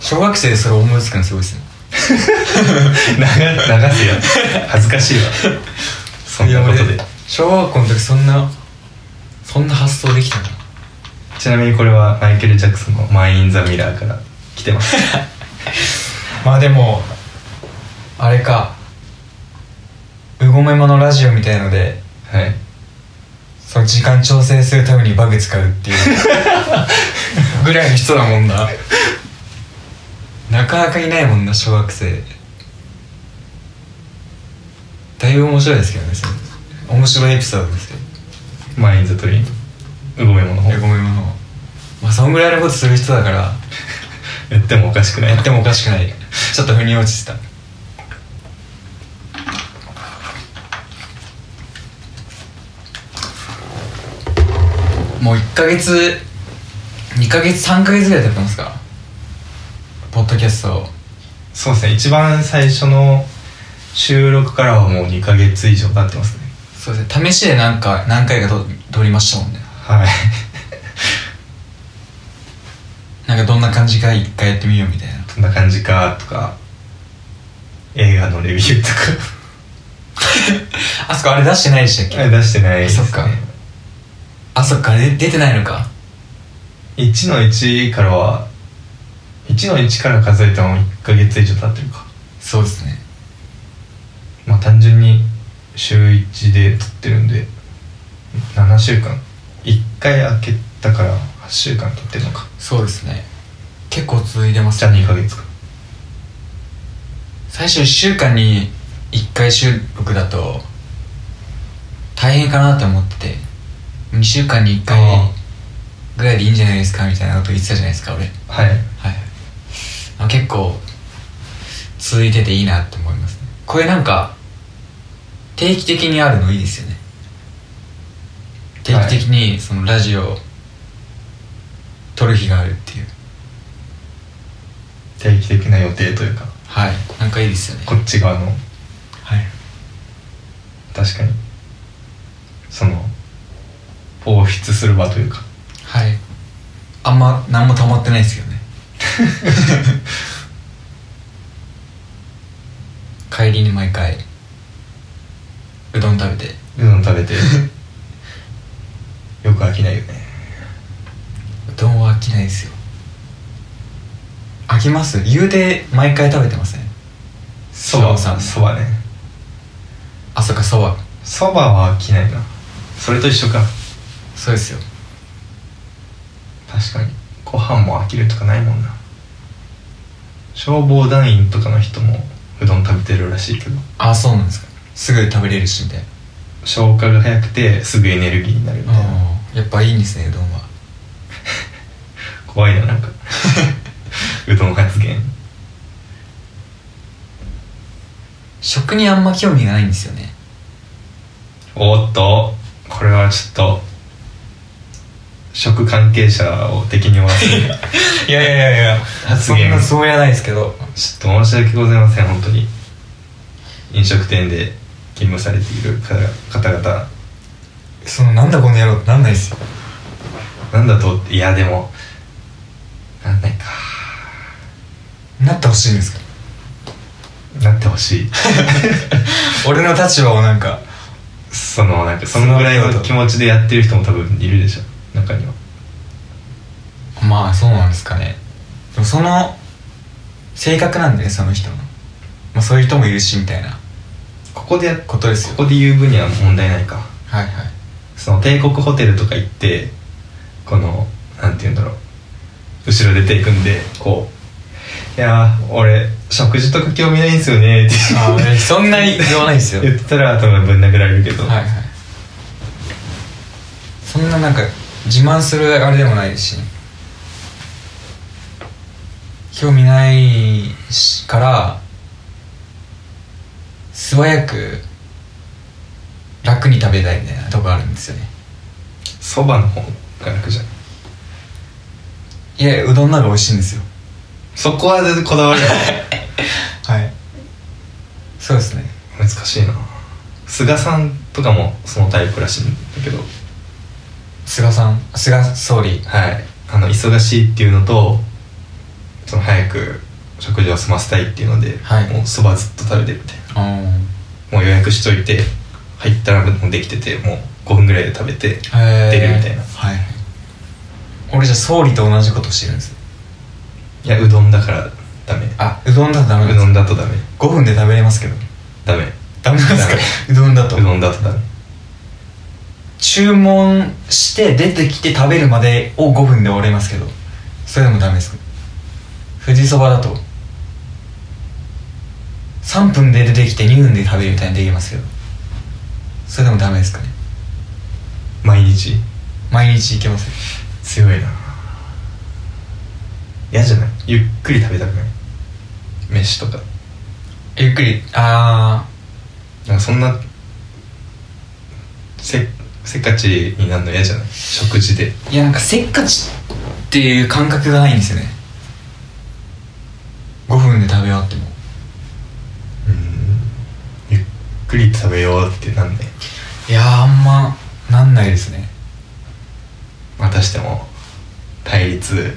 A: 小学生でそれ思いつくのすごいですね
B: 流流すよ恥ずかしいわそんなこと
A: い
B: で
A: や俺小学校の時そんなそんな発想できたんだ
B: ちなみにこれはマイケル・ジャクソンの「マイ・イン・ザ・ミラー」から来てます
A: まあでもあれかうごめものラジオみたいので
B: はい
A: その時間調整するためにバグ使うっていうぐらいの人だもんななかなかいないもんな小学生だいぶ面白いですけどねそれ面白いエピソードですよ
B: マイ・イン・ザ・トレインうごめもの方
A: うごめものまあそんぐらいのことする人だから
B: やってもおかしくない
A: やってもおかしくないちょっと腑に落ちてたもう1ヶ月2ヶ月3ヶ月ぐらい経ってますかポッドキャストを
B: そうですね一番最初の収録からはもう2ヶ月以上経ってますね
A: そうですね試しでなんか何回かと撮りましたもんね
B: はい
A: なんかどんな感じか一回やってみようみたいな
B: どんな感じかとか映画のレビュ ーと
A: あそこあれ出してないでしたっけ、
B: か出してないです、ね、
A: そっかあそっかで出てないのか
B: 1の1からは1の1から数えても1ヶ月以上経ってるか
A: そうですね
B: まあ単純に週1で撮ってるんで7週間1回開けたから8週間撮ってるのか
A: そうですね結構続いてます
B: じゃあ2ヶ月か
A: 最初1週間に1回収録だと大変かなと思ってて2週間に1回
B: あ
A: ぐらいでいいんじゃないですかみたいなこと言ってたじゃないですか俺はい
B: はい
A: あ結構続いてていいなって思いますねこれなんか定期的にあるのいいですよね定期的にそのラジオを撮る日があるっていう
B: 定期的な予定というか
A: はいなんかいいですよね
B: こっち側の
A: はい
B: 確かにその放出する場というか
A: はいあんま何も溜まってないですけどね 帰りに毎回うどん食べて
B: うどん食べ てよく飽きないよね
A: うどんは飽きないですよ飽きます言うて毎回食べてません
B: そ
A: ば
B: ば
A: さん
B: そばね
A: あそっかそば
B: そばは飽きないなそれと一緒か
A: そうですよ
B: 確かにご飯も飽きるとかないもんな消防団員とかの人もうどん食べてるらしいけど
A: あそうなんですかすぐ食べれるしみたいな
B: 消化が早くてすぐエネルギーになるみたいな
A: あーやっぱいいんですねうどんは
B: 怖いななんかうどん発言
A: 食にあんま興味がないんですよね
B: おっとこれはちょっと食関係者を敵に回す
A: いやいやいやいや
B: 発
A: そ
B: 言
A: んなそうやないですけど
B: ちょっと申し訳ございません本当に飲食店で勤務されている方々
A: そのなんだこの野郎ってなんないですよ
B: なんだといやでもなんないか
A: なってほしいんですか
B: なってほしい
A: 俺の立場をなんか
B: そのなんかそのぐらいの気持ちでやってる人も多分いるでしょ中には
A: まあそうなんですかねでもその性格なんでねその人の、まあ、そういう人もいるしみたいな
B: ここでこ
A: ことですよ
B: こで言う分には問題ないか
A: はいはい
B: その帝国ホテルとか行ってこのなんて言うんだろう後ろ出ていくんでこう「いやー俺食事とか興味ないんすよね」って
A: あーそんなに言わない ですよ
B: 言ってたら多分ぶん殴られるけど、
A: はいはいそんななんか自慢するあれでもないし興味ないしから素早く楽に食べたいみたいなとこあるんですよね
B: そばの方が楽じゃん
A: いやうどんの方が美味しいんですよ
B: そこは全然こだわりない
A: はいそうですね
B: 難しいな菅さんとかもそのタイプらしいんだけど
A: 菅さん菅総理
B: はいあの忙しいっていうのとその早く食事を済ませたいっていうので、
A: はい
B: もうそばずっと食べてるみたいな
A: うん
B: もう予約しといて入ったらもうできててもう5分ぐらいで食べて
A: 出
B: 出るみたいな
A: はい俺じゃあ総理と同じことしてるんです
B: いやうどんだからダメ
A: あうどんだとダメなん
B: う
A: で
B: ど
A: す
B: んだとダメ
A: 5分で食べれますけど
B: ダメ
A: ダメなんですかうどんだと
B: うどんだとダメ
A: 注文して出てきて食べるまでを5分で終われますけどそれでもダメですか富士そばだと3分で出てきて2分で食べるみたいにできますけどそれでもダメですかね
B: 毎日
A: 毎日いけます
B: 強いな嫌じゃないゆっくり食べたくない飯とか
A: ゆっくりあ
B: なんかそんなせせっかちになるの嫌じゃない食事で
A: あいやなんかせっかちっていう感覚がないんですよね5分で食べ終わっても
B: うんゆっくり食べようってなんない
A: いやーあんまなんないですね
B: またしても対立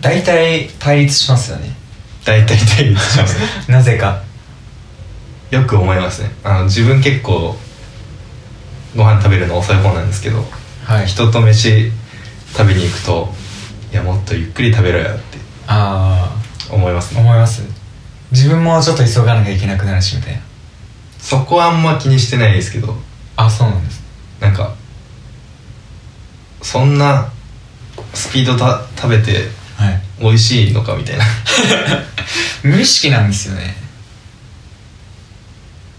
A: 大体対立しますよね
B: 大体対立しますね
A: なぜか
B: よく思いますねあの自分結構ご飯食べるの遅い方なんですけど
A: は
B: 人と飯食べに行くといやもっとゆっくり食べろよって
A: あ
B: 思います
A: あ
B: ね
A: 思います自分もちょっと急がなきゃいけなくなるしみたいな
B: そこはあんま気にしてないですけど
A: あそうなんです
B: なんかそんなスピードた食べて
A: はい
B: 美味しいのかみたいな
A: 無意識なんですよね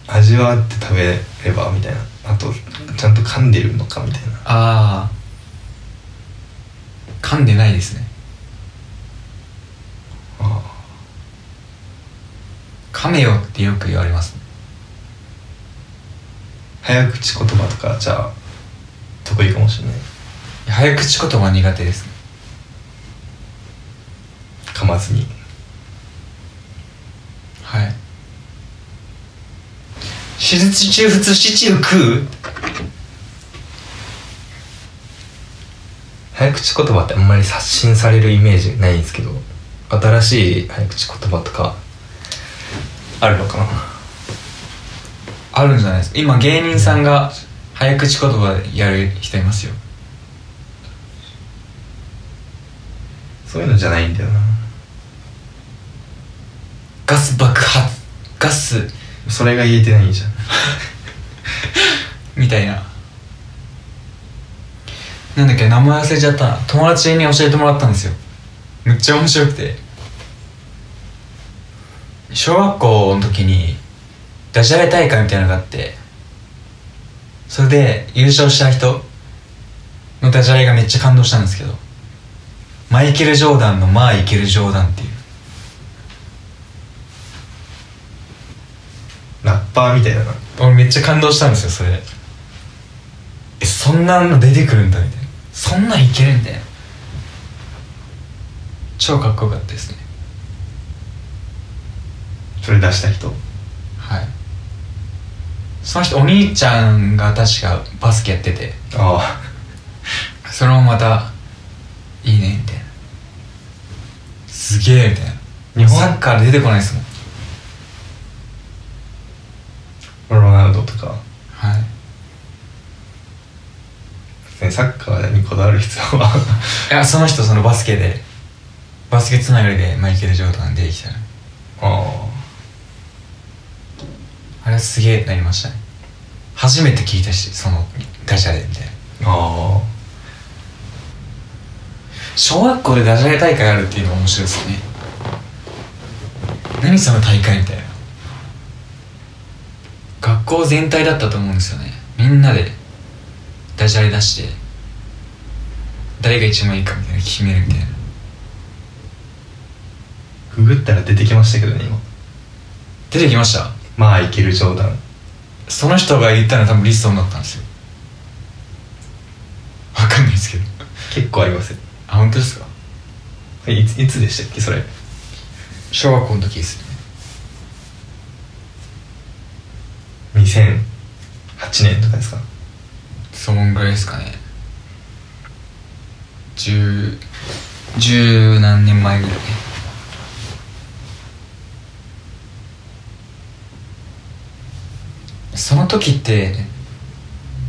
B: 味わって食べればみたいなあとちゃんと噛んでるのかみたいな
A: ああ噛んでないですね
B: あ
A: 噛めよってよく言われます
B: 早口言葉とかじゃあ得意かもしれない
A: いや早口言葉苦手ですね
B: 噛まずに
A: はい手術中普通シチュー食う
B: 早口言葉ってあんまり刷新されるイメージないんですけど新しい早口言葉とかあるのかな
A: あるんじゃないですか今芸人さんが早口言葉やる人いますよ
B: そういうのじゃないんだよな
A: ガス爆発ガス
B: それが言えてないじゃん
A: みたいななんだっけ名前忘れちゃったな友達に教えてもらったんですよめっちゃ面白くて小学校の時にダジャレ大会みたいなのがあってそれで優勝した人のダジャレがめっちゃ感動したんですけどマイケル・ジョーダンの「まあイケル・ジョーダン」っていう
B: ラッパーみたいだな
A: 俺めっちゃ感動したんですよそれえそんなの出てくるんだみたいなそんなんいけるみたいな超かっこよかったですね
B: それ出した人
A: はいその人お兄ちゃんが確かバスケやってて
B: あ
A: それもまたいいねみたいなすげえみたい
B: あ
A: な
B: 日
A: サッ
B: 本
A: カーで出てこないですもん
B: ロナウドとか
A: はい
B: 別にサッカーにこだわる必要はい
A: やその人そのバスケでバスケつながりでマイケル・ジョーダン出てきたら
B: あ
A: あれはすげえなりましたね初めて聞いたしそのダガシャレみたいな
B: あ
A: 小学校でダジャレ大会あるっていうのが面白いですね何その大会みたいな学校全体だったと思うんですよねみんなでダジャレ出して誰が一番いいかみたいなの決めるみたいな
B: あググったら出てきましたけどね今
A: 出てきました
B: まあいける冗談
A: その人が言ったのは多分リストンだったんですよわかんないですけど
B: 結構ありますよ
A: あ本当ですか
B: えいついつでしたっけそれ
A: 小学校の時ですね
B: 2008年とかですか
A: そんぐらいですかね十十何年前ぐらいその時って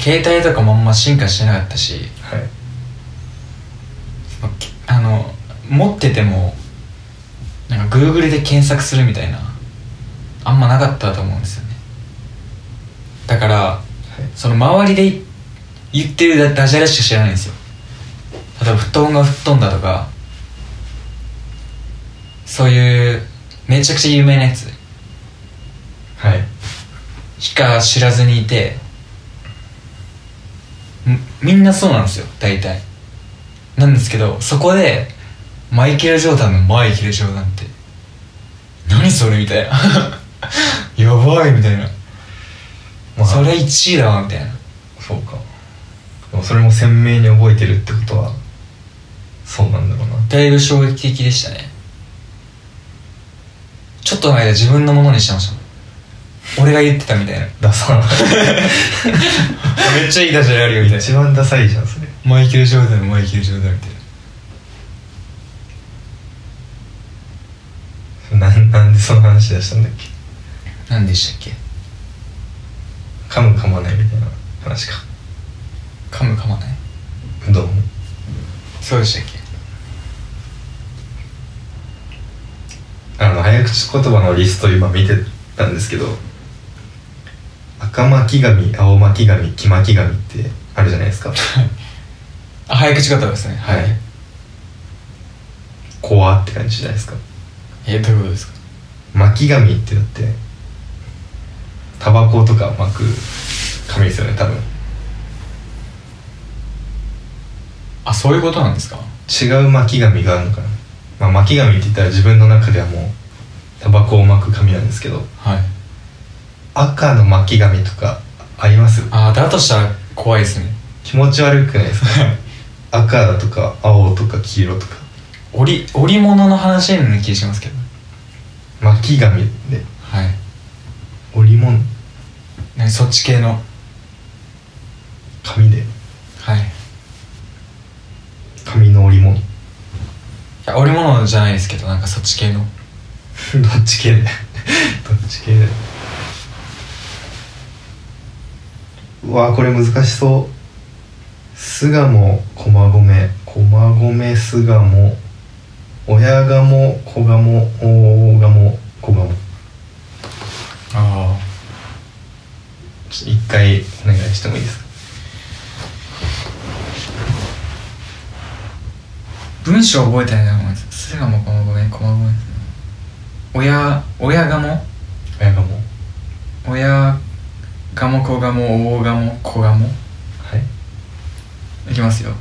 A: 携帯とかもあんま進化してなかったし
B: はい
A: そのきあの持っててもなんか Google で検索するみたいなあんまなかったと思うんですよねだからその周りで言ってるダダジャレしか知らないんですよ例えば布団が吹っ飛んだとかそういうめちゃくちゃ有名なやつ
B: はいはい
A: しか知らずにいてみみんなそうなんですよ大体なんですけどそこでマイケル・ジョーダンの「マイケル・ジョーダン」って何それみたいな やばいみたいな、
B: まあ
A: それ1位だわみたいな
B: そうかでもそれも鮮明に覚えてるってことはそうなんだろうな
A: だいぶ衝撃的でしたねちょっとの間自分のものにしてましたもん俺が言ってたみたいな
B: ダサ
A: めっちゃいいダジャレあるよみたいな
B: 一番ダサいじゃんそれ
A: マイケル・ジョーダンマイケル・ジョーダンみたいな
B: なんなんでその話出したんだっけ
A: 何でしたっけ
B: 噛む噛まないみたいな話か
A: 噛む噛まないう
B: どん
A: そうでしたっけ
B: あの早口言葉のリスト今見てたんですけど赤巻紙青巻紙黄巻紙ってあるじゃないですか
A: あ早口言葉ですね
B: はい怖って感じじゃないですか
A: えどういうことですか
B: 巻き紙ってだってタバコとか巻く紙ですよね多分
A: あそういうことなんですか
B: 違う巻き紙があるのかな、まあ、巻き紙って言ったら自分の中ではもうタバコを巻く紙なんですけど
A: はい
B: 赤の巻き紙とかあります
A: あだとしたら怖いですね
B: 気持ち悪くないですか赤だとか青とか黄色とか
A: 織織物の話のような気がしますけど
B: 巻き紙で
A: はい
B: 織物
A: 何そっち系の
B: 紙で
A: はいい
B: 紙の織 物ど
A: や織物じゃないですけどなんかそっち系の
B: っち系だよどっち系だようわーこれ難しそう巣鴨駒込駒込巣鴨親鴨子鴨大鴨子鴨
A: あ
B: ちょっと一回お願いしてもいいですか
A: あ文章覚えてないなごめんなさいすがもこもごめんこまごめん親親がも
B: 親鴨は
A: 親がも子がも大がも子がも
B: い
A: いきますよ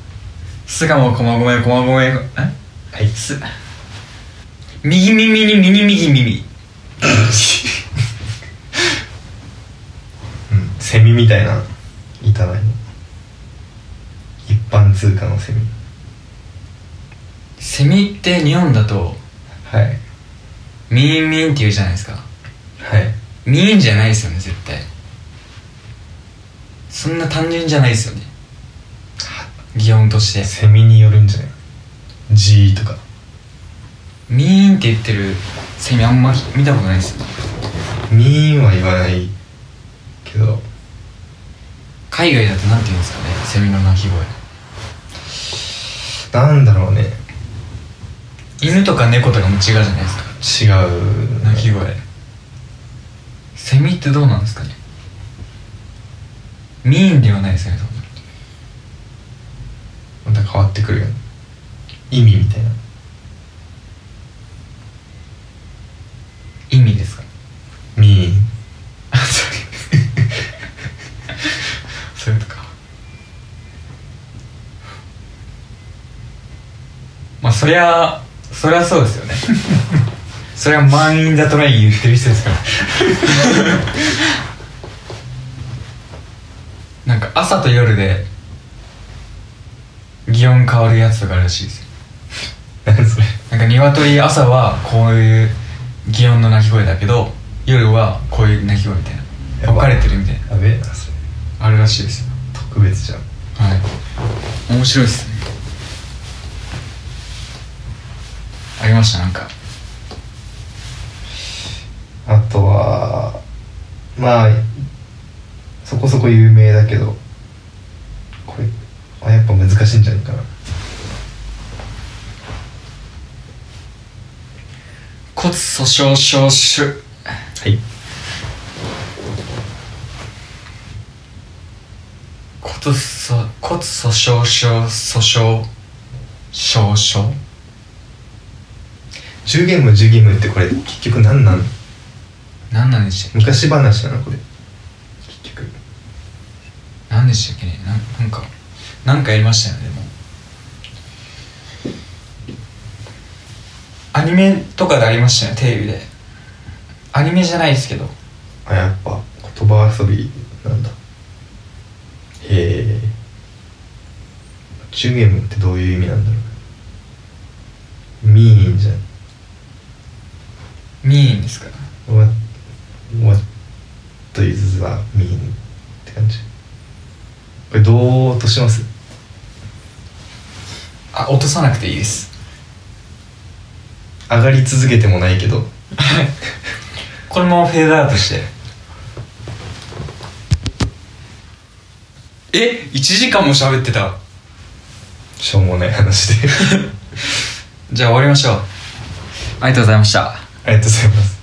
A: 巣鴨駒込駒込え
B: はい
A: す右耳に右右耳
B: うんセミみたいないただいの一般通貨のセミ
A: セミって日本だと
B: はい
A: ミーンミーンって言うじゃないですか
B: はい
A: ミーンじゃないですよね絶対そんな単純じゃないですよね擬音として
B: セミによるんじゃないジーとか
A: ミーンって言ってるセミあんま見たことないですよね
B: ミーンは言わないけど
A: 海外だとなんて言うんですかねセミの鳴き声
B: なんだろうね
A: 犬とか猫とかも違うじゃないですか
B: 違う
A: 鳴き声セミってどうなんですかねミーンではないですよねそんな
B: 変わってくるよね意味みたいな
A: 意味ですか
B: ミー
A: あ そうそういうことかまあそりゃそりゃそうですよねそれは満員だトレイン言ってる人ですからなんか朝と夜で擬音変わるやつとかあるらしいですよ
B: 何それ
A: なんか鶏朝はこういう擬音の鳴き声だけど夜はこういう鳴き声みたいな分かれてるみたいな
B: やべえなそれ
A: あるらしいですよ
B: 特別じゃん
A: はい面白いですねありましたなんか
B: あとはまあそこそこ有名だけどこれあやっぱ難しいんじゃないかな
A: 骨粗鬆症種
B: はい
A: 骨粗骨粗鬆症粗症少々
B: 10ゲーム10ゲームってこれ結局何なん
A: 何なんでしたっけ
B: 昔話なのこれ結局
A: 何でしたっけねなんなんかなんかやりましたよねでもアニメとかでありましたよねテレビでアニメじゃないですけど
B: あやっぱ言葉遊びなんだへえ10ゲームってどういう意味なんだろうミーンじゃん
A: ミーンですから
B: What, what is that mean? って感じこれどう落とします
A: あ落とさなくていいです
B: 上がり続けてもないけど
A: このままフェードアウトしてえ一1時間も喋ってた
B: しょうもない話で
A: じゃあ終わりましょうありがとうございました
B: ありがとうございます